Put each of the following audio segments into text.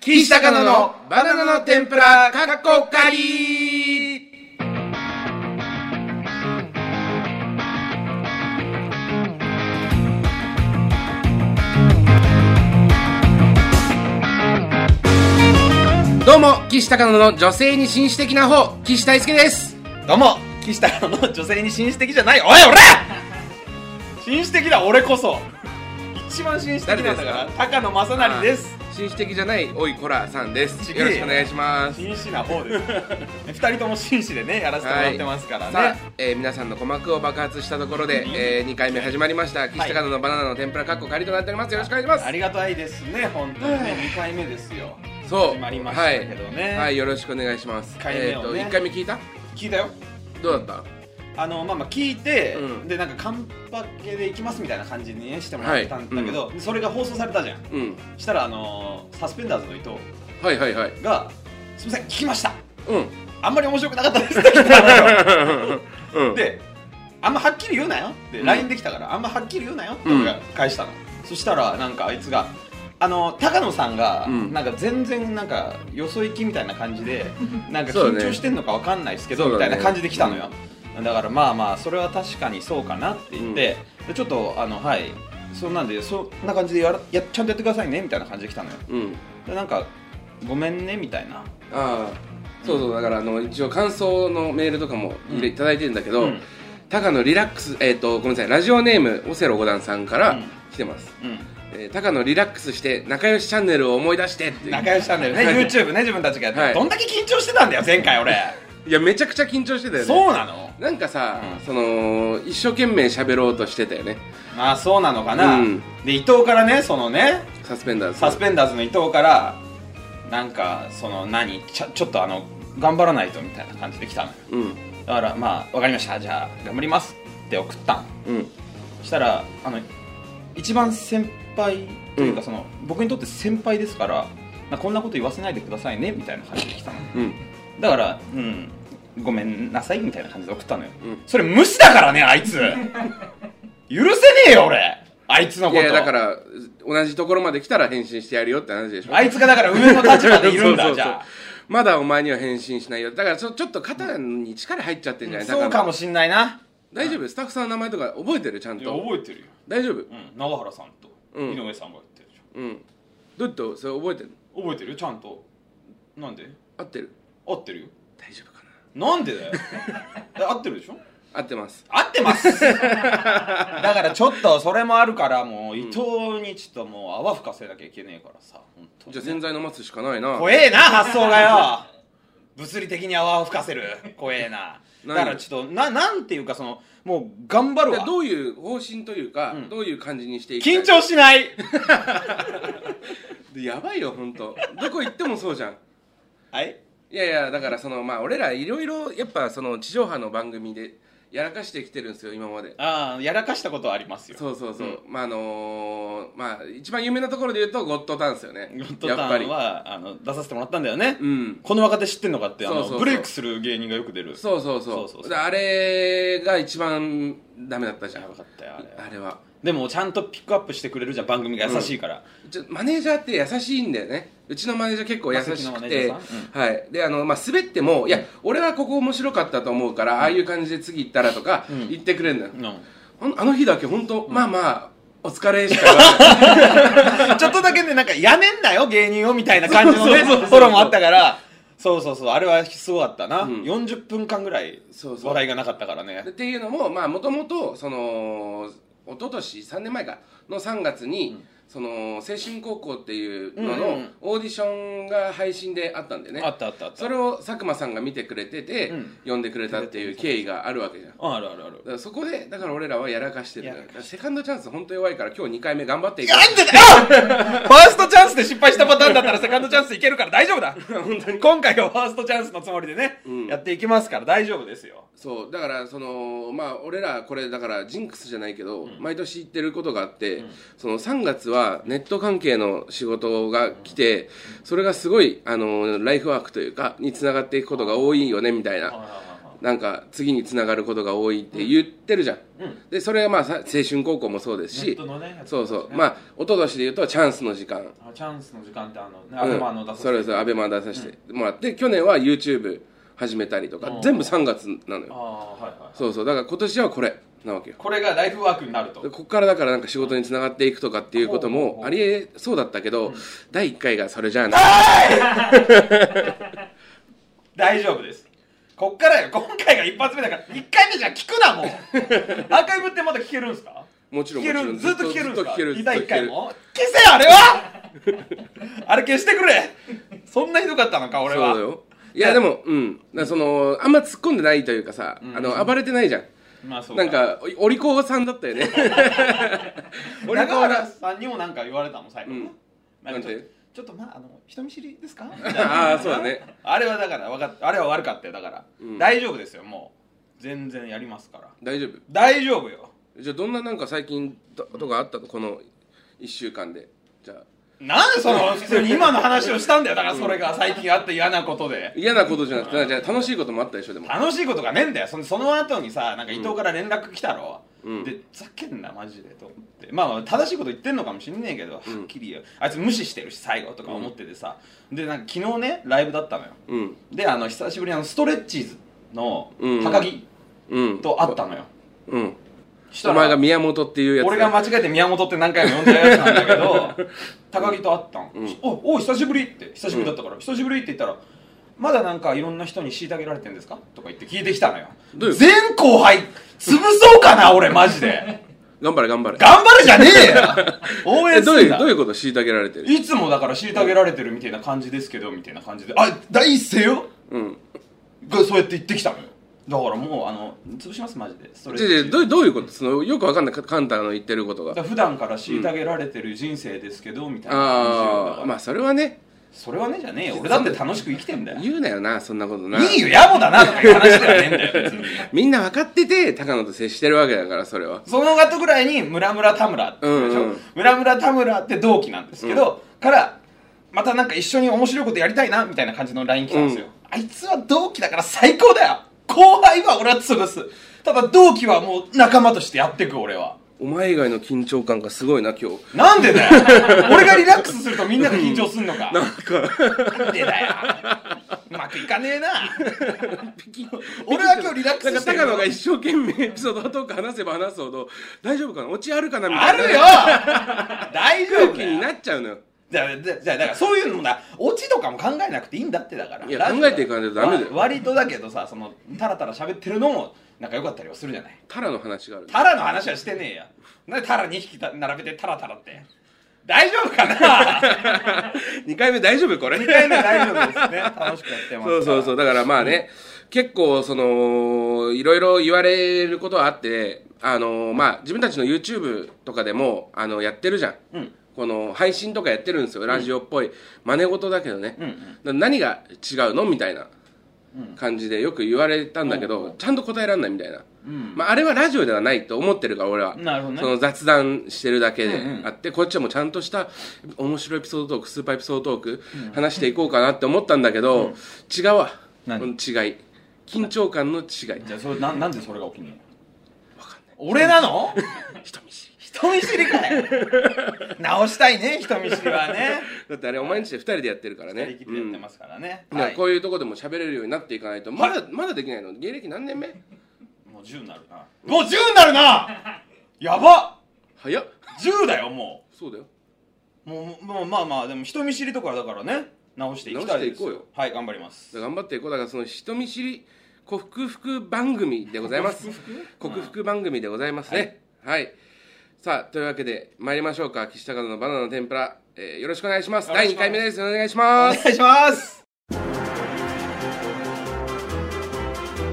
岸高野のバナナの天ぷらかっこかりどうも岸高野の女性に紳士的な方岸大輔ですどうも岸田の女性に紳士的じゃないおい 俺紳士的だ俺こそ一番紳士的なんだから誰です高野正成です紳士的じゃないおいこらさんですちげえよよろしくお願いします紳士な方 です二人とも紳士でねやらせてもらってますからね、はいさあ、えー皆さんの鼓膜を爆発したところで、え2回目始まりました岸高野のバナナの天ぷらかっこ仮となっておりますよろしくお願いしますありがたいですね本当にね二回目ですよそう始まりましたけどねはい、はいよろしくお願いします一回目をねえーと1回目聞いた聞いたよどうだっあのまあまあ聞いて、うんでなんかカンパケで行きますみたいな感じにねしてもらったんだけど、それが放送されたじゃんたうんしたらあのーサスペンダーズの伊藤はいはいはいがすみません聞きましたうん あんまり面白くなかったですって来たのようんで、あんまはっきり言うなよって、うん LINE できたから、あんまはっきり言うなよってうん俺が返したの。そしたら、なんかあいつが、あの高野さんが、うんなんか全然なんかよそ行きみたいな感じ でなんかそう緊だね張してんのかわかんないですけど、そうみだたねいな感じで来たのよ、だからまあまあそれは確かにそうかなって言って、でちょっとあのはいそんなんでそんな感じでやらやちゃんとやってくださいねみたいな感じで来たのようんでなんかごめんねみたいなああそうそうだからあの一応感想のメールとかも入れうんいただいてるんだけど、うん高野リラックスえっ、とごめんなさいラジオネームオセロ五段さんかうらん来てます、うんえー、高野リラックスして仲良しチャンネルを思い出してっていう仲良しチャンネルね YouTube ね自分たちがやって、はいどんだけ緊張してたんだよ前回 俺いやめちゃくちゃ緊張してたよねそうなのなんかさ、うんその一生懸命喋ろうとしてたよねまあそうなのかな、うんで伊藤からねそのねサスペンダーズサスペンダーズの伊藤からなんかその何ちょちょっとあの頑張らないとみたいな感じで来たのようんだからまあわかりましたじゃあ頑張りますって送ったのうんそしたらあの一番先輩というか、うんその僕にとって先輩ですからなんかこんなこと言わせないでくださいねみたいな感じで来たのうんだからうんごめんなさいみたいな感じで送ったのよ、うんそれ無視だからねあ いつ許せねえよ俺あいつのいことやいやだから同じところまで来たら返信してやるよって話でしょあいつがだから上の立場でいるんだそうそうそうじゃあまだお前には返信しないよだからちょちょっと肩に力入っちゃってんじゃない、だらそうかもしんないな大丈夫スタッフさんの名前とか覚えてるちゃんとえてるよ、大丈夫うん、長原さんとうん上さんがやってるじうんどうやってそれ覚えてるのゃん覚えてるよちゃんとなんで合ってる合ってるよ大丈夫かななんで だよえ合ってるでしょ合ってます合ってま すだからちょっとそれもあるからもう伊藤にちょっともう泡吹かせなきゃいけねえからさ本当にじゃあ洗剤飲ますしかないな怖えな発想がよ物理的に泡を吹かせる怖えな何だからちょっとななんていうかそのもう頑張るだからわどういう方針というか、うんどういう感じにしていきたい緊張しないでやばいよ本当どこ行ってもそうじゃんはいいやいやだからそのまあ俺らいろいろやっぱその地上波の番組でやらかしてきてるんですよ今までああやらかしたことはありますよそうそうそう、まああのーまあ一番有名なところで言うとゴッドタンですよねゴッドタンはあの出させてもらったんだよね、うんこの若手知ってんのかってあのそうそうそうブレイクする芸人がよく出るそうそうそうそうそうそうであれが一番ダメだったじゃんやばかったよあれあれはでもちゃんとピックアップしてくれるじゃん番組が優しいから、ちょマネージャーって優しいんだよねうちのマネージャー結構優しマセキのマネくージて、ャーさんはいであの、まあ、滑ってもいや俺はここ面白かったと思うから、ああいう感じで次行ったらとかうん言ってくれるのよ、うんあのあの日だけ本当、まあまあお疲れしか言わない ちょっとだけねなんかやめんなよ芸人をみたいな感じのそねうそうそうそうフォローもあったからそうそうそうあれはすごかったな、うん40分間ぐらいそうそう笑いがなかったからねっていうのもまあもともとその一昨年3年前かの3月に、その青春高校っていうのうんうんうのんオーディションが配信であったんでね、あったあったあったそれを佐久間さんが見てくれてて、うん呼んでくれたっていう経緯があるわけじゃんだあるあるあるからそこでだから俺らはやらかしてるやらかセカンドチャンス本当弱いから今日2回目頑張っていこなんでだよファーストチャンスで失敗したパターンだったらセカンドチャンスいけるから大丈夫だ今回はファーストチャンスのつもりでね、うんやっていきますから大丈夫ですようそうだからそのまあ俺らこれだからジンクスじゃないけど、毎年言ってることがあって、その3月はネット関係の仕事が来てそれがすごいあのライフワークというかにつながっていくことが多いよねみたいななんか次につながることが多いって言ってるじゃん、うんでそれがまあさ青春高校もそうですネッしトのねそうそうまあ一昨年で言うとチャンスの時間あチャンスの時間ってあの、ね、アベマの出させそれてぞれアベマ出させてもらって、去年は YouTube 始めたりとかうん全部3月なのあよあはいはいそうそうだから今年はこれなわけよこれがライフワークになるとでここからだからなんか仕事につながっていくとかっていうこともありえそうだったけど、第1回がそれじゃあな大丈夫ですこっからよ今回が一発目だから1回目じゃ聞くな もうアーカイブってまだ聞けるんですかもちろん聞けもちろんるずっと聞けるんずっですとか聞けるずっと第聞1け回るも消せよあれは あれ消してくれそんなひどかったのか俺はそうだよいやでもうんだからそのあんま突っ込んでないというかさ、あの暴れてないじゃんまあそうなんかおお利口さんだったよねお利中口原なさんにもなんか言われたもん最後、うんなんかちょなんてちょっとまああの人見知りですか ああそうだねあれはだからわかっあれは悪かったよだから、うん大丈夫ですよもう全然やりますから大丈大丈夫よ夫じゃあどんななんか最近ととかあったのこの1週間でじゃあなんでその普通に今の話をしたんだよだからそれが最近あった嫌なことで嫌なことじゃなくてなんかじゃあ楽しいこともあったでしょでも楽しいことがねえんだよそのその後にさなんか伊藤から連絡来たろ、うんでざけんなマジでと思ってまあまあ正しいこと言ってんのかもしんねえけどはっきり言うあいつ無視してるし最後とか思っててさ、でなんか昨日ねライブだったのようんであの久しぶりにあのストレッチーズのうん高木うんと会ったのよ、うんしたおら前が宮本っていうやつだ俺が間違えて宮本って何回も呼んじゃうやつなんだけ ど高木と会ったん、うんおお久しぶりって久しぶりだったから、久しぶりって言ったらまだなんかいろんな人に虐げられてんですかとか言って聞いてきたのよどういうこ全後輩潰そうかな俺マジで頑張れ頑張れ頑張れじゃねえよ 応え援すどうるんいだうどういうこと虐げられてるいつもだから虐げられてるみたいな感じですけどみたいな感じであ第一声ようんがそうやって言ってきたのよだからもうあの潰しますマジでそじゃあじゃあどうどういうことそのよくわかんないかカンタの言ってることだがから普段から虐げられてる人生ですけど、みたいな感じあであまあそれはねそれはねじゃねえよ俺だって楽しく生きてんだよ言うなよなそんなことないいよ野暮だなとかいう話ではねえんだよ 別にみんな分かってて高野と接してるわけだからそれはその後ぐらいに村村田村って言うでしょ、うんうん村村田村って同期なんですけど、からまたなんか一緒に面白いことやりたいなみたいな感じの LINE 来たんですよ、うんあいつは同期だから最高だよ後輩は俺は潰すただ同期はもう仲間としてやってく俺はお前以外の緊張感がすごいな今日なんで だよ俺がリラックスするとみんなが緊張すんのか、なんかなんでだようまくいかね えな 俺は今日リラックなんスしかてる高野が一生懸命エピソードトーク話せば話すほど大丈夫かなオチあるかなみたあいなるよ大丈空夫気だによなっちゃうのよじゃあじゃあじゃあだからそういうのもだオチとかも考えなくていいんだってだからいやラジオ考えていかないとダメだよわ割とだけどさそのタラタラ喋ってるのもなんか良かったりはするじゃないタラの話があるタラの話はしてねえやなんでタラ2匹た並べてタラタラって大丈夫 かな2回目大丈夫これ二回目大丈夫ですね楽しくやってますそうそうそううだからまあね、結構そのいろいろ言われることはあってあのまあ自分たちの YouTube とかでもあのやってるじゃん、うんこの配信とかやってるんですよラジオっぽい、真似事だけどね、うんな何が違うのみたいな感じでよく言われたんだけど、ちゃんと答えられないみたいな、うんまあ、あれはラジオではないと思ってるから俺はなるほどねその雑談してるだけでうんうんあって、こっちはもうちゃんとした面白いエピソードトークスーパーエピソードトーク、話していこうかなって思ったんだけど、違うわこの何違い緊張感の違いじゃあそれななんでそれが起きねえの俺なの人見知り人見知りかよ直したいね人見知りはねだってあれお前んちで2人でやってるからねやりきってやってますからね、うんだからこういうとこでも喋れるようになっていかないとまだまだできないの芸歴何年目もう10になるなもう10になるなやば早っ10だよもそうだようもうもうまあまあでも人見知りとかだからね直していきたいで直してすいこうよはい頑張ります頑張っていこうだからその人見知り克服番組でございます克服番組でございますねはい、さあというわけで参りましょうか岸高野のバナナの天ぷら、えーよろしくお願いしますよろし第く2お回願いします目ですお願いしおます願いします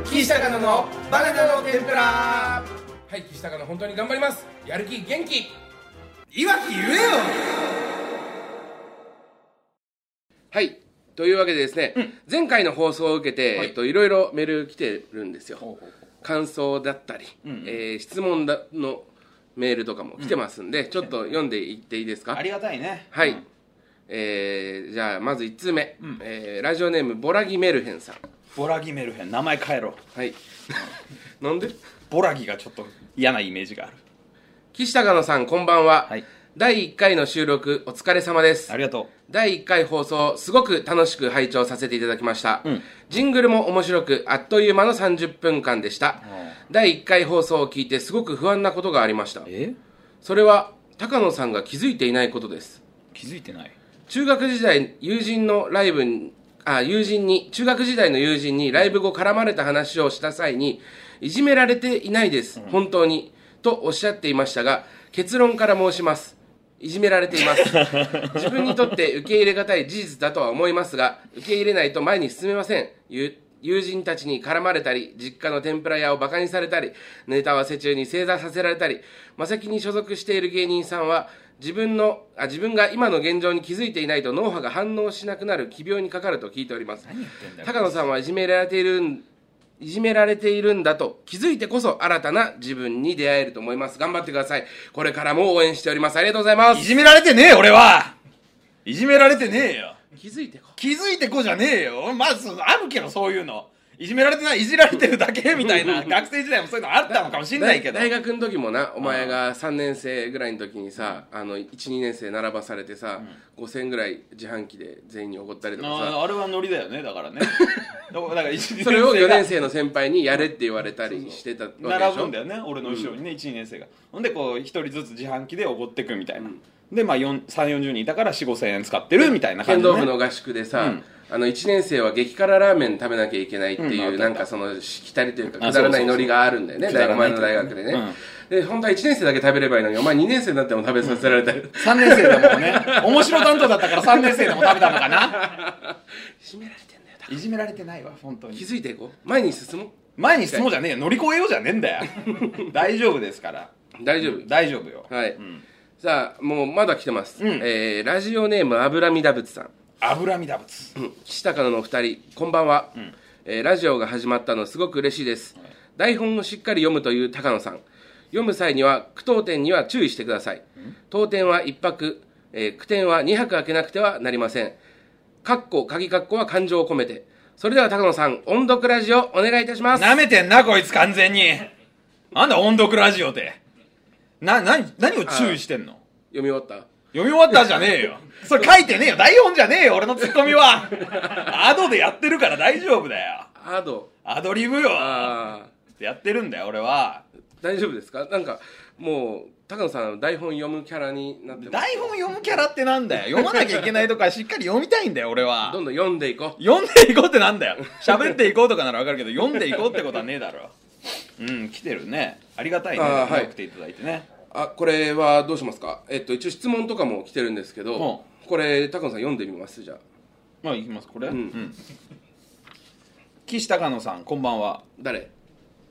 岸高野のバナナの天ぷらはい岸高野本当に頑張りますやる気元気いわき言えよはいというわけでですね、前回の放送を受けて、はいいえっと、いろいろメール来てるんですよほうほうほ感想だったり、うんうんえー質問だのメールとかも来てますんで、ちょっと読んでいっていいですかありがたいねはい、うんえーじゃあまず1通目、うんえーラジオネームボラギメルヘンさんボラギメルヘン名前変えろ はいなんでボラギがちょっと嫌なイメージがある岸高野さんこんばんは、はい第1回の収録お疲れ様ですありがと第1回放送すごく楽しく拝聴させていただきました、うんジングルも面白くあっという間の30分間でした、第1回放送を聞いてすごく不安なことがありましたうえそれは高野さんが気づいていないことです気づいてない中学時代友人のライブにあ友人に中学時代の友人にライブ後絡まれた話をした際にいじめられていないです、本当にとおっしゃっていましたが結論から申しますいじめられています自分にとって受け入れ難い事実だとは思いますが受け入れないと前に進めませんゆ友人たちに絡まれたり実家の天ぷら屋をバカにされたりネタ合わせ中に正座させられたりマセキに所属している芸人さんは自分のあ自分が今の現状に気づいていないと脳波が反応しなくなる奇病にかかると聞いております何言ってんだよ高野さんはいじめられているんいじめられているんだと気づいてこそ新たな自分に出会えると思います頑張ってくださいこれからも応援しておりますありがとうございまいすじめられてねえ俺はいじめられてねえよ気づいてこ気づいてこじゃねえよまずあるけどそういうのいじめられてないいじられてるだけみ たいな学生時代もそういうのあったのかもしんないけど大大学の時もなお前が3年生ぐらいの時にさあの12年生並ばされてさ、5000円ぐらい自販機で全員におごったりとかさああれはノリだよね だからねだからだから一それを4年生生の先輩にやれって言われたりしてたわけでしょ並ぶんだよね俺の後ろにね、一二1年生がほんでこう一人ずつ自販機でおごってくみたいな、でまあ4 3 4 0人いたから4 5千円使ってるみたいな感剣じで、道ね、部の合宿でさ、うんあの1年生は激辛ラーメン食べなきゃいけないっていう、うんなんかそのしきたりというかあくだらなそうそうそいうノリがあるんだよねく大だら学ない前の大学でね、うんで本当は1年生だけ食べればいいのにお前2年生になっても食べさせられたり、 3年生だもんね面白担当だったから3年生でも食べたのかな 締められてんだよいじめられてないわ本当に気づいていこう前に進も前に進もうじゃねえよ乗り越えようじゃねえんだよ大丈夫ですからう大丈夫、大丈夫よはい、んさあもうまだ来てます、うんえーラジオネーム油見だぶつさん油身打仏うん岸高野のお二人こんばんは、えーラジオが始まったのすごく嬉しいです、台本をしっかり読むという高野さん読む際には句読点には注意してください当点は1泊、えー句点は2泊開けなくてはなりませんかっこ鍵かっこは感情を込めてそれでは高野さん音読ラジオお願いいたしますなめてんなこいつ完全になんだ音読ラジオってな何何を注意してんの読み終わった読み終わったじゃねえよそれ書いてねえよ台本じゃねえよ俺のツッコミはアドでやってるから大丈夫だよアドアドリブよあーやってるんだよ俺は大丈夫ですかなんかもう高野さん台本読むキャラになってます台本読むキャラってなんだよ読まなきゃいけないとかしっかり読みたいんだよ俺はどんどん読んでいこう読んでいこうってなんだよ喋っていこうとかならわかるけど読んでいこうってことはねえだろうん来てるねありがたいねあーはい送っていただいてねあこれはどうしますかえっと一応質問とかも来てるんですけど、これ高野さん読んでみますじゃあまあいきますこれ、んうん岸高野さんこんばんは誰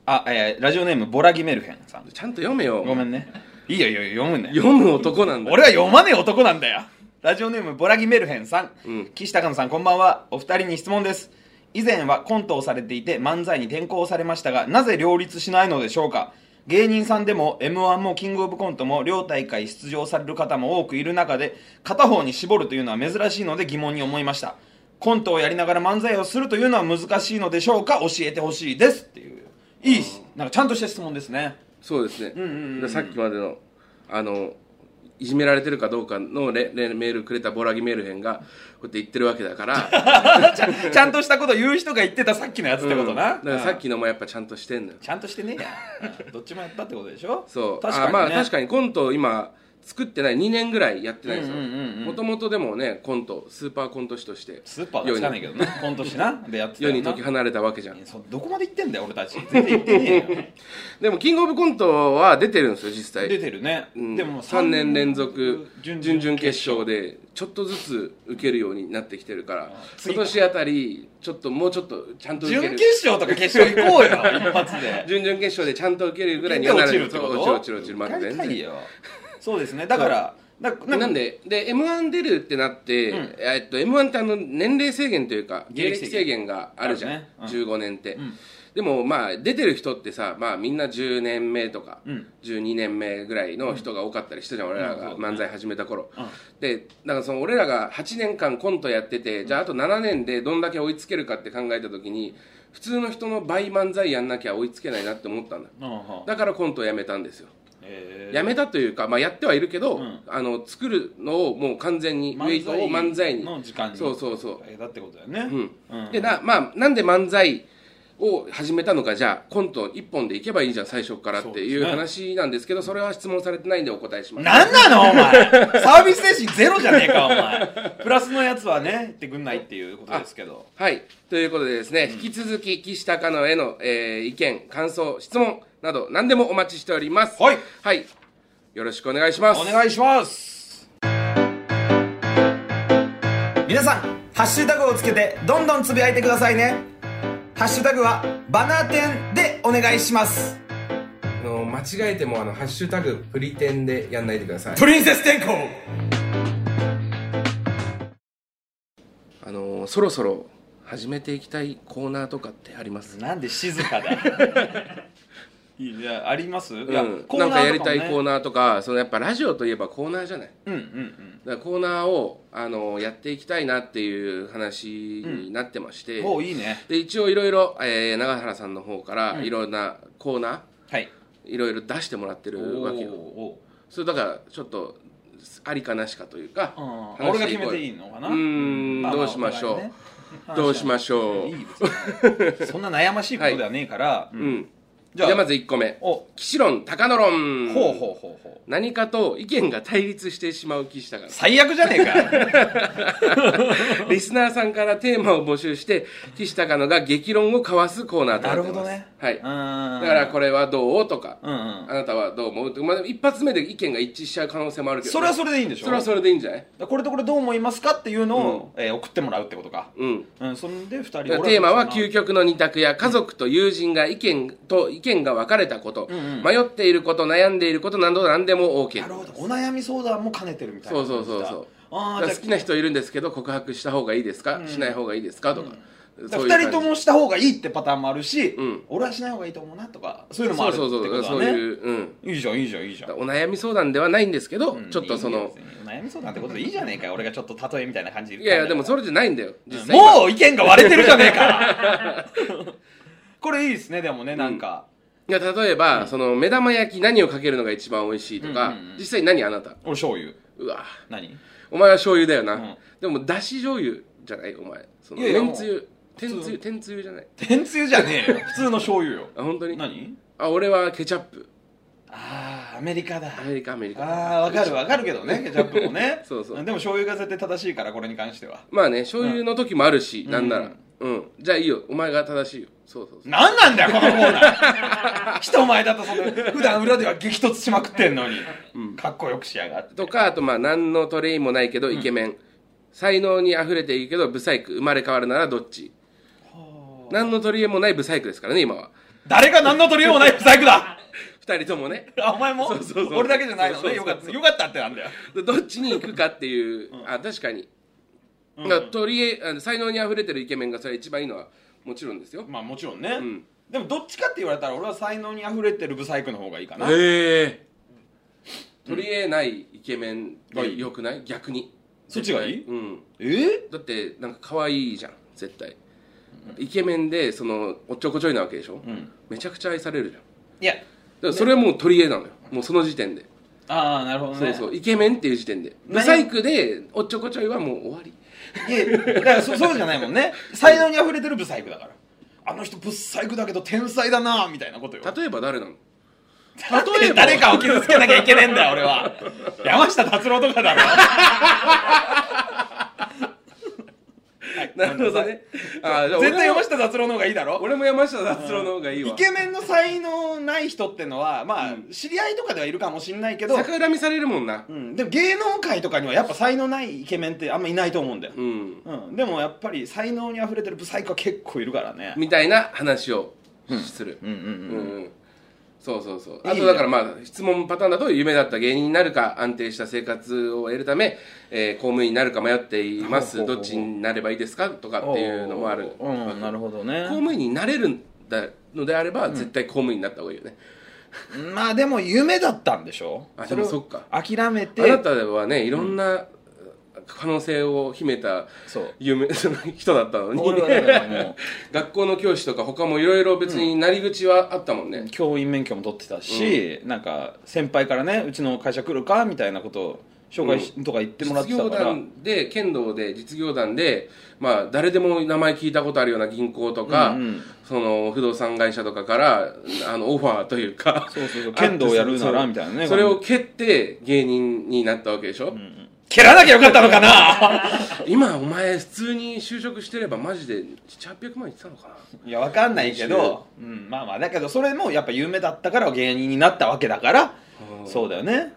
あえーラジオネームボラギメルヘンさんちゃんと読めよごめんねいいよいいよ読むね読む男なんだ俺は読まねえ男なんだよラジオネームボラギメルヘンさん、うん岸高野さんこんばんはお二人に質問です以前はコントをされていて漫才に転向されましたがなぜ両立しないのでしょうか芸人さんでも m 1もキングオブコントも両大会出場される方も多くいる中で片方に絞るというのは珍しいので疑問に思いましたコントをやりながら漫才をするというのは難しいのでしょうか教えてほしいですっていういいしなんかちゃんとした質問ですねそうですね、んうんうんうんでさっきまでのあのいじめられてるかどうかのレレメールくれたボラギメール編がこうやって言ってるわけだ からちゃんちゃんとしたこと言う人が言ってたさっきのやつってことな、うんだからさっきのもやっぱちゃんとしてんだよちゃんとして ねえや、うんどっちもやったってことでしょそう確かに、ね、あまあ確かにコントを今作ってない2年ぐらいやってないですようんうんうんうんもともとでもねコントスーパーコント師としてスーパーはつかないけどなコントしなでやってた世よにな解き放れたわけじゃんそうどこまで行ってんだよ俺たち全然行ってね えよでもキングオブコントは出てるんですよ実際出てるね、うん、でも3年連続準準々々決決勝でちょっとずつ受けるようになってきてるから今次か年あたりちょっともうちょっとちゃんと受け準る決勝とか決勝行こうよ 一発で準々決勝でちゃんと受けるぐらいにはでな落るちるってことそう落ちる落ちる落ちるまだ全やりたい然よそうですねだからだでなんででで m 1出るってなって、うんえっと、m 1ってあの年齢制限というか芸芸歴歴制制限限があるじゃん、あるねうん15年って、んでもまあ出てる人ってさ、まあ、みんな10年目とか、うん12年目ぐらいの人が多かったりしたじゃん、俺らがうんそうだね漫才始めた頃、うんでだからその俺らが8年間コントやってて、じゃああと7年でどんだけ追いつけるかって考えた時に普通の人の倍漫才やんなきゃ追いつけないなって思ったんだうんうんだからコントをやめたんですよえーやめたというか、まあ、やってはいるけど、うんあの作るのをもう完全にウェイトを漫才にの時間にそうそうそう変えたってことだよねうん、でな,、まあ、なんで漫才を始めたのかじゃあコント一本でいけばいいじゃん最初からっていうそうで話なんですけどそれは質問されてないんでお答えしますなんなの お前サービス精神ゼロじゃねえかお前プラスのやつはね言ってくんないっていうことですけどはいということでですね、引き続き岸高野への、えー意見感想質問など何でもお待ちしておりますはい、はい、よろしくお願いしますお願いします皆さんハッシュタグをつけてどんどんつぶやいてくださいねハッシュタグはバナー店でお願いしますあの間違えてもあのハッシュタグプリテンでやんないでくださいプリンセス天候あのそろそろ始めていきたいコーナーとかってありますなんで静かだ いいねあります、いやうんコーなナんかーともねやりたいコーナーとかそのやっぱラジオといえばコーナーじゃないうんうんうんだからコーナーをあのやっていきたいなっていう話になってまして、おいいねで一応いろいろえー永原さんの方からいろんなコーナー、はいいろいろ出してもらってるわけおーよおそれだからちょっとありかなしかというかーうん話俺しがてい決こうめていいのかなうーんまあまあどうしましょうお互いね どうしましょういいです ねそんな悩ましいことではねえから、ううんんじじゃあゃあまず1個目おほ岸論高野う論ほうほうほう何かと意見が対立してしまう岸だから最悪じゃねえか リスナーさんからテーマを募集して岸高野が激論を交わすコーナーとなっております なるほどねはい、うだんからこれはどうとか、うんうんあなたはどう思うとか、まあ、一発目で意見が一致しちゃう可能性もあるけどね、それはそれでいいんでしょそれはそれでいいんじゃないこれとこれどう思いますかっていうのを、えー送ってもらうってことかうんうんそんで2人テーマは究急極の二択や家族と友人が意見と意見が分かれたこと、んうん迷っていること悩んでいることなど何でも OK なるほどお悩み相談も兼ねてるみたいなそうそうそうそうだあかあらじゃ好きな人いるんですけど告白した方がいいですか、しない方がいいですかとか、あそういう2感じ人ともした方がいいってパターンもあるし、ん俺はしない方がいいと思うなとかそういうのもそあうるってそこうとそだうねだからそういう、うん、いいじゃんいいじゃんいいじゃんお悩み相談ではないんですけど、うんちょっとそいいのよ別に悩み相談ってことでいいじゃねえかよ俺がちょっと例えみたいな感じでい言っやいたやんでだもかそれじゃないんだよ実ら際はもう意見が割れてるじゃねえか これいいですねでもねなんか、いや例えば、その目玉焼き何をかけるのが一番美味しいとか、うんうんうん実際何あなた俺醤油うわ何お前は醤油だよな、うんでもだし醤油じゃないお前そのいやいやめんつゆう天つ普ゆ天つゆじゃない天つゆじゃねえ よ普通の醤油よあ本当に何あ俺はケチャップああアメリカだアメリカアメリあカあわかるわかるけどね ケチャップもねそうそうでも醤油が絶対正しいからこれに関してはまあね醤油の時もあるし、なんなうらんうんじゃあいいよお前が正しいよそうそうそう何なんだよこのコーナ ー人前だとその普段裏では激突しまくってんのに、かっこよくしやがってとかあとまあ何のトレイもないけどイケメン、才能にあふれているけどブサイク生まれ変わるならどっち何の取り柄もないブサイクですからね今は誰が何の取りようもない不細工 だ2人ともねあお前もそうそうそう俺だけじゃないのねそうそうそうよかったよかったってなんだよでどっちに行くかっていう、あ確かに、だから取り柄あの才能にあふれてるイケメンがそれ一番いいのはもちろんですよまあもちろんね、んでもどっちかって言われたら俺は才能にあふれてる不細工の方がいいかなえ取り柄ないイケメンがいいよくない逆にそっちがいいうんえー、だってなんか可愛いじゃん絶対イケメンでそのおっちょこちょいなわけでしょ、んめちゃくちゃ愛されるじゃんだいやからそれはもう取り柄なのよもうその時点で、ああなるほどねそうそうイケメンっていう時点で何ブサイクでおっちょこちょいはもう終わりいやだからそ そうじゃないもんね才能にあふれてるブサイクだからあの人ブサイクだけど天才だなみたいなことよ例えば誰なの例えば 誰かを傷つけなきゃいけねえんだよ俺 は山下達郎とかだろ なるほどねあーじゃあ俺絶も対山下達郎の方がいいだろ俺も山下達郎の方がいいわイケメンの才能ない人ってのはまあ、うん知り合いとかではいるかもしんないけど、逆恨みされるもんなうん、でも芸能界とかにはやっぱ才能ないイケメンってあんまいないと思うんだよ、うんうん、でもやっぱり才能にあふれてるブサイクは結構いるからねみたいな話をするうんうんうんうんうんそうそうそういいあねとだからまあ質問パターンだと夢だった芸人になるか安定した生活を得るため、えー公務員になるか迷っていまほすうほうどほうっちになればいいですかとかっていうのもあるうんなるほどね公務員になれるだのであれば、絶対公務員になった方がいいよねまあでも夢だったんでしょあそれをでもそっか諦めてあなたはねいろんな可能性を秘めたそう夢、 その人だったのに俺はだからも 学校の教師とか他もいろいろ別になり口はあったもんね、う教員免許も取ってたし、なんか先輩からねうちの会社来るかみたいなことを紹介し、とか言ってもらっ実てた業から団で剣道で実業団で、まあ、誰でも名前聞いたことあるような銀行とか、うんうんその不動産会社とかからあのオファーというかそうそうそう剣道やるならみたいなねそれを蹴って芸人になったわけでしょ、蹴らなきゃよかったのかな今お前普通に就職してればマジで700800万いってたのかないやわかん ないけど、うん、まあまあだけどそれもやっぱ夢だったから芸人になったわけだから、そうだよね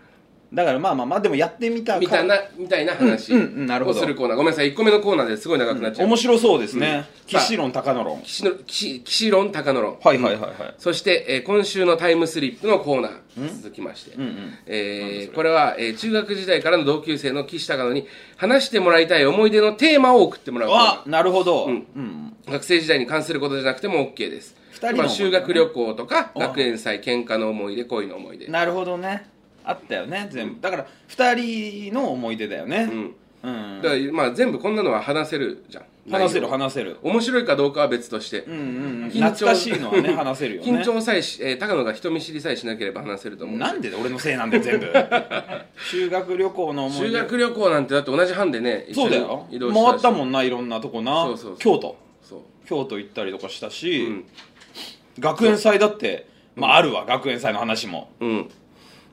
だからまあまあまあでもやってみたかみたいなみたいな話うんうんうんなるほをどするコーナー、ごめんなさい1個目のコーナーですごい長くなっちゃう、面白そうですね、うん岸論高野論岸の岸岸論高野論はいはいはいはい、そして、えー今週のタイムスリップのコーナー続きまして、うんうんえーこれは、えー中学時代からの同級生の岸高野に話してもらいたい思い出のテーマを送ってもらうコーナーあなるほど、うんん学生時代に関することじゃなくても OK です二人のまあ思い出修ね学旅行とか学園祭喧嘩の思い出恋の思い出なるほどねあったよね全部だから2人の思い出だよねんうん、だからまあ全部こんなのは話せるじゃん話せ内る容話せる面白いかどうかは別として、うんうんうん緊張懐かしいのはね話せるよね緊張さえし、えー高野が人見知りさえしなければ話せると思うなんで俺のせいなんだよ 全部修学旅行の思い修出学旅行なんてだって同じ班でね一そ緒うだによ移動して回ったもんんないろんなとこなそうそうそう京都そう京都行ったりとかしたし、ん学園祭だって、まあ、あるわ学園祭の話もうん、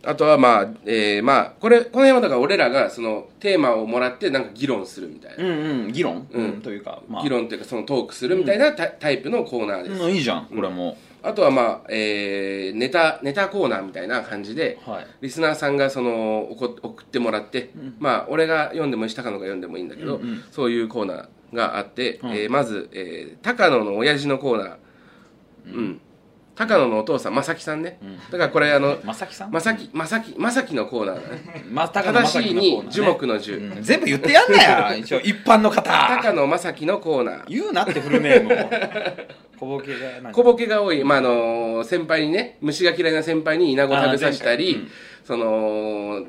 あとはまあ、えーまあこれこの辺はだから俺らがそのテーマをもらってなんか議論するみたいな、うんうん議論、うんというか、まあ、議論というかそのトークするみたいなタ,、タイプのコーナーです、うんいいじゃんこれも、あとはまあ、えーネタネタコーナーみたいな感じで、はいリスナーさんがそのおこ送ってもらって、まあ俺が読んでもいいし高野が読んでもいいんだけど、そういうコーナーがあって、えーまず、えー高野の親父のコーナー、うん、高野のお父さん正木さんね、だからこれあのまさきさん正木正木正木のコーナーだねまた正しいに樹木の樹、全部言ってやんなよ 一応一般の方高野正樹のコーナー言うなってフルネームを小ボケがなんか小ボケが多い、まあ、あの先輩にね虫が嫌いな先輩にイナゴ食べさせたり、あー前その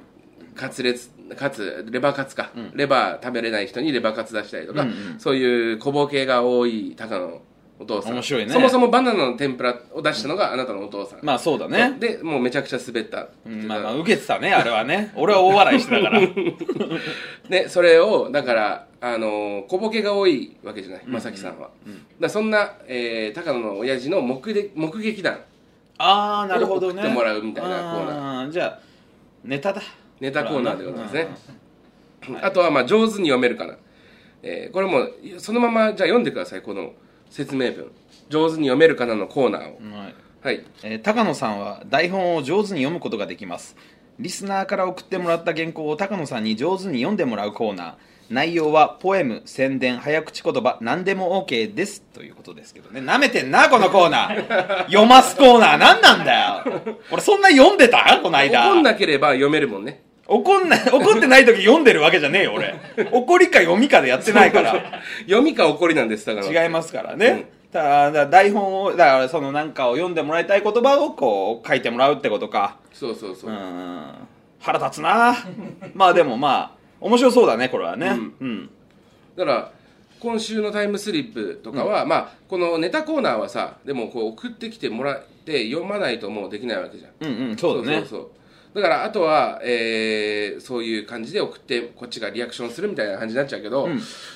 カツレツカツレバーカツか、レバー食べれない人にレバーカツ出したりとか、うんそういう小ボケが多い高野お父さん面白いねそもそもバナナの天ぷらを出したのがあなたのお父さん、まあそうだねでもうめちゃくちゃ滑った、うんまあまあ受けてたねあれはね俺は大笑いしてた からでそれをだから、あのー小ボケが多いわけじゃない正樹さんは、だからそんな、えー高野の親父の目で目撃談ああなるほどね送ってもらうみたいなコーナあーじゃあネタだネタコーナーでございますねうんあとはまあ上手に読めるかな、えーこれもそのままじゃあ読んでくださいこの説明文上手に読めるかなのコーナーを、はいはいえー高野さんは台本を上手に読むことができますリスナーから送ってもらった原稿を高野さんに上手に読んでもらうコーナー内容はポエム宣伝早口言葉何でも OK ですということですけどねなめてんなこのコーナー 読ますコーナー何なんだよ俺そんな読んでたこの間怒んなければ読めるもんね怒んない怒ってない時読んでるわけじゃねえよ俺怒りか読みかでやってないから 読みか怒りなんですだから違いますからね、ただだ台本をだからそのなんかを読んでもらいたい言葉をこう書いてもらうってことかそうそうそうう、ん腹立つな まあでもまあ面白そうだねこれはねうん、だから今週のタイムスリップとかは、まあこのネタコーナーはさでもこう送ってきてもらって読まないともうできないわけじゃんうんうんそうだねそうそうそうだからあとは、えーそういう感じで送ってこっちがリアクションするみたいな感じになっちゃうけど、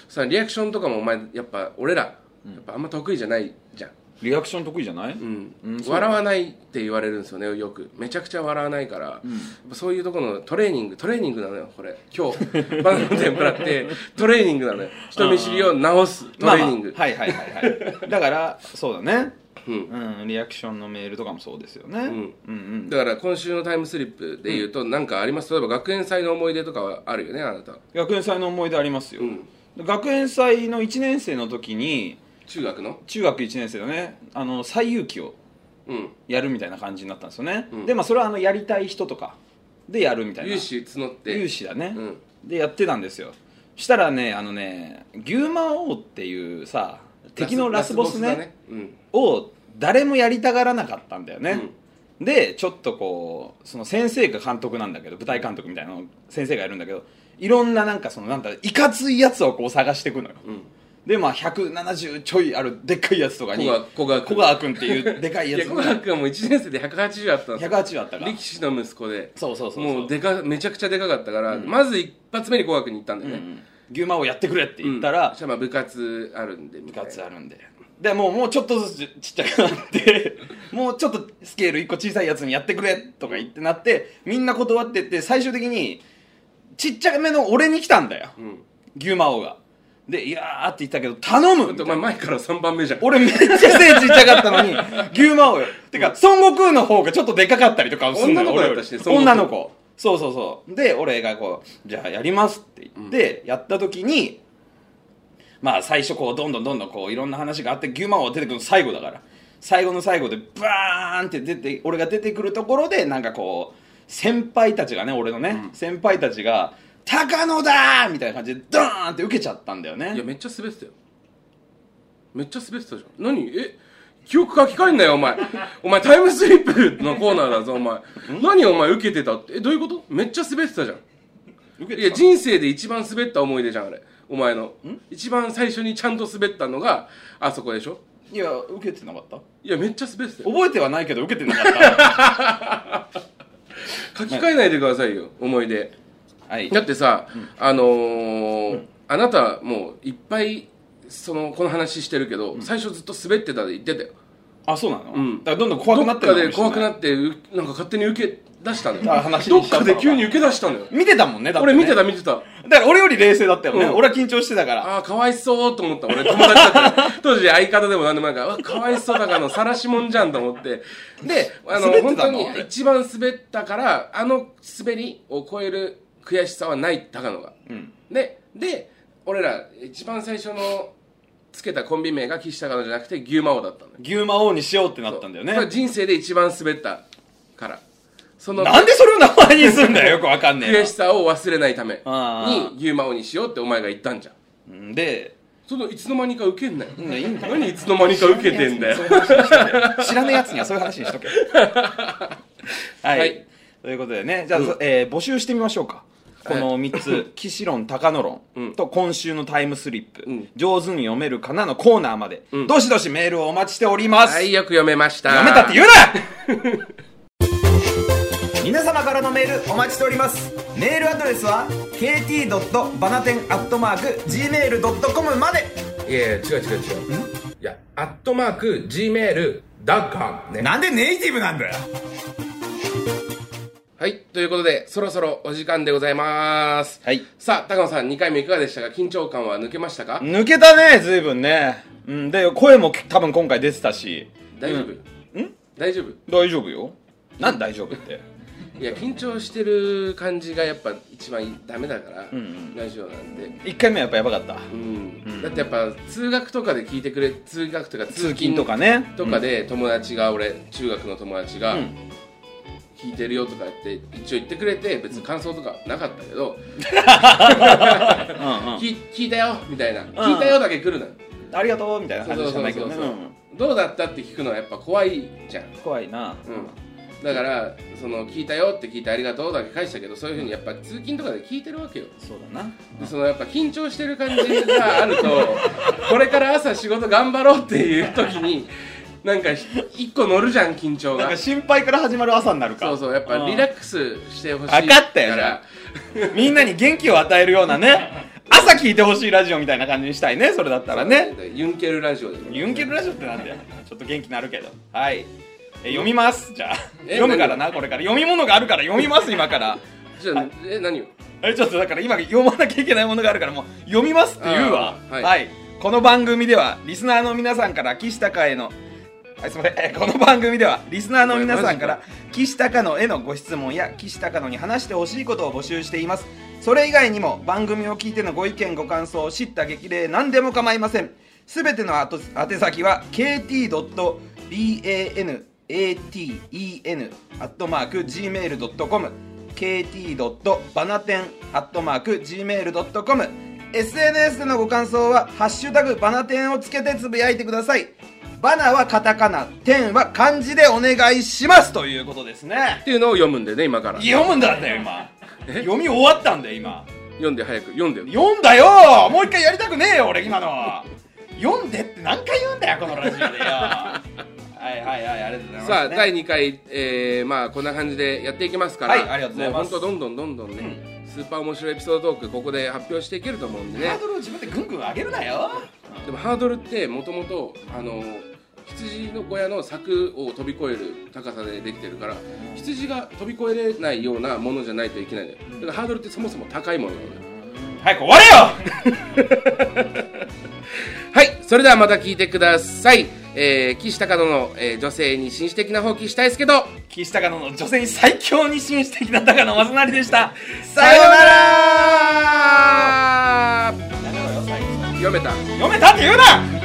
さリアクションとかもお前やっぱ俺らやっぱあんま得意じゃないじゃん、リアクション得意じゃない、うんうんそうだ笑わないって言われるんですよねよくめちゃくちゃ笑わないから、やっぱそういうところのトレーニングトレーニングなのよこれ今日バナナの天ぷらって トレーニングなのよ人見知りを直すトレーニング、まあまあはいはいはい はいだからそうだねううん、リアクションのメールとかもそうですよね、うんん、うんだから今週のタイムスリップで言うと何かあります例えば学園祭の思い出とかはあるよねあなた学園祭の思い出ありますよ、うん学園祭の1年生の時に中学の中学1年生のねあの最有期をうんやるみたいな感じになったんですよね、うんでまあそれはあのやりたい人とかでやるみたいな融資募って有志だね、うんでやってたんですよしたらねあのね牛魔王っていうさ敵のラスボスねラスボスだねうんを誰もやりたがらなかったんだよね、でちょっとこうその先生が監督なんだけど舞台監督みたいなの先生がいるんだけどいろんななんかそのなんだいかついやつをこう探していくのよ、でまあ170ちょいあるでっかいやつとかに古賀小古賀川君っていうでかいいややつ古賀君はもう1年生で180あったんですよ180あったから力士の息子でそうそうそうそうもうでかめちゃくちゃでかかったから、まず一発目に古賀君に行ったんだよね、牛魔をやってくれってうん言ったら、そしたらまあ部活あるんでみ部たいな活あるんででもうもうちょっとずつちちっちゃくなって もうちょっとスケール1個小さいやつにやってくれとか言ってなってみんな断ってって最終的にちっちゃめの俺に来たんだよ、うん牛魔王がで「いやー」って言ったけど「頼む!」ちょみったといお前な前から3番目じゃん俺めっちゃ背ちっちゃかったのに牛魔王よてか孫悟空の方がちょっとでかかったりとかすんのよ女の子だ俺っよたしねり孫悟女空の子そうそうそうで俺がこう「じゃあやります」って言って、やった時にまあ最初こうどんどんどんどんこういろんな話があって牛魔王が出てくるの最後だから最後の最後でバーンって出て俺が出てくるところでなんかこう先輩たちがね俺のね、先輩たちが「高野だ!」みたいな感じでドーンって受けちゃったんだよねいやめっちゃ滑ってたよめっちゃ滑ってたじゃん何え記憶書き換えんなよお前 お前タイムスリップのコーナーだぞお前何お前受けてたってえどういうことめっちゃ滑ってたじゃん受いけやてた人生で一番滑った思い出じゃんあれお前の一番最初にちゃんと滑ったのがあそこでしょいや受けてなかったいやめっちゃ滑ってたよ覚えてはないけど受けてなかった、書き換えないでくださいよ思い出はいだってさ、あのーあなたもういっぱいそのこの話してるけど、最初ずっと滑ってたで言ってたよあそうなの、んだからどんどん怖くなってるどっかで怖くなってってうなんか勝手に受け出したのよだから話どにっしちゃっかたのかで急に受け出したのよ見てたもんねだってね俺見てた見てただから俺より冷静だったよね、うん俺は緊張してたからああかわいそうと思った俺友達だった から当時相方でも何でもないからうわかわいそうだからのさらしもんじゃんと思ってであの滑って本当たのに一番滑ったからあの滑りを超える悔しさはない高野が、んでで俺ら一番最初のつけたコンビ名が岸高野じゃなくて牛魔王だったのよ牛魔王にしようってなったんだよねこれ人生で一番滑ったからそのなんでそれを名前にすんだよよくわかんねえな悔しさを忘れないためあに牛魔王にしようってお前が言ったんじゃんうんでそのいつの間にか受けんなようんいいんだよ何いつの間にか受けてんだよそ ういう話にしとけ知らねえやつにはそういう話にしとけはい、はいということでねじゃあ、えー募集してみましょうかこの3つ「騎士論高野論」と「今週のタイムスリップ」うん上手に読めるかな」のコーナーまで、うんどしどしメールをお待ちしております、はいよく読めましたやめたって言う 皆様からのメールお待ちしておりますメールアドレスは kt.banaten.gmail.com までいやいや違う違う違ういやアットマーク Gmail.com ねなんでネイティブなんだよはいということでそろそろお時間でございますはいさあ高野さん2回目いかがでしたか緊張感は抜けましたかな抜けたね随分ね、うん、で声も多分今回出てたし大丈夫うん大丈夫大丈夫よなん大丈夫っていや緊張してる感じがやっぱ一番ダメだからラジオなんて1回目はやっぱやばかったうんだってやっぱ通学とかで聞いてくれ通学とか通通勤勤とかねとかで友達が俺中学の友達がん聞いてるよとか言って一応言ってくれて別に感想とかなかったけどうんうん聞聞いたよみたいな聞いたよだけ来るのよありがとうみたいなそう感そじうじゃそなういけそどうねうんどうだったって聞くのはやっぱ怖いじゃん怖いなうんだからその聞いたよって聞いてありがとうだけ返したけどそういうふうにやっぱ通勤とかで聞いてるわけよそうだなでそのやっぱ緊張してる感じがあると これから朝仕事頑張ろうっていう時になんかひ一個乗るじゃん緊張ながんか心配から始まる朝になるかそうそうやっぱリラックスしてほしいわかったよからうんみんなに元気を与えるようなね朝聞いてほしいラジオみたいな感じにしたいねそれだったらねユンケルラジオでユンケルラジオってなんだよちょっと元気になるけどはいえ読みますじゃあえ読むからなこれから読み物があるから読みます 今からじゃあえ何をえちょっとだから今読まなきゃいけないものがあるからもう読みますって言うわあーはいこの番組ではリスナーの皆さんから岸高へのあすみませんえーこの番組ではリスナーの皆さんから岸高野へのご質問や岸高野に話してほしいことを募集していますそれ以外にも番組を聞いてのご意見ご感想を知った激励何でも構いませんすべてのあと宛先は kt.banaten.gmail.com kt.banaten.gmail.com SNS でのご感想は「ハッシュタグバナテン」をつけてつぶやいてくださいバナはカタカナ、天は漢字でお願いしますということですね。ていうのを読むんでね今から読むんだったよ、今。読み終わったんだよ、今。読んで早く読んでよ読んだよもう一回やりたくねえよ、俺、今の。読んでって何回言うんだよ、このラジオでよ。はいはいはい、ありがとうございます、ね。さあ第2回、えーまあ、こんな感じでやっていきますから、はいありがとうございますもう本当どんどんどんどんね、スーパー面白いエピソードトークここで発表していけると思うんでハねードルを自分でぐんぐん上げるなよ。でもハードルってもともとあの羊の小屋の柵を飛び越える高さでできてるから羊が飛び越えれないようなものじゃないといけないのよだからハードルってそもそも高いものなのよ早く終われよ はいそれではまた聞いてください、えー、岸高野の、えー女性に紳士的な放棄したいですけど岸高野の女性に最 強に紳士的な高野正成でした。さようなららやめろよ最後読めた読めたって言うな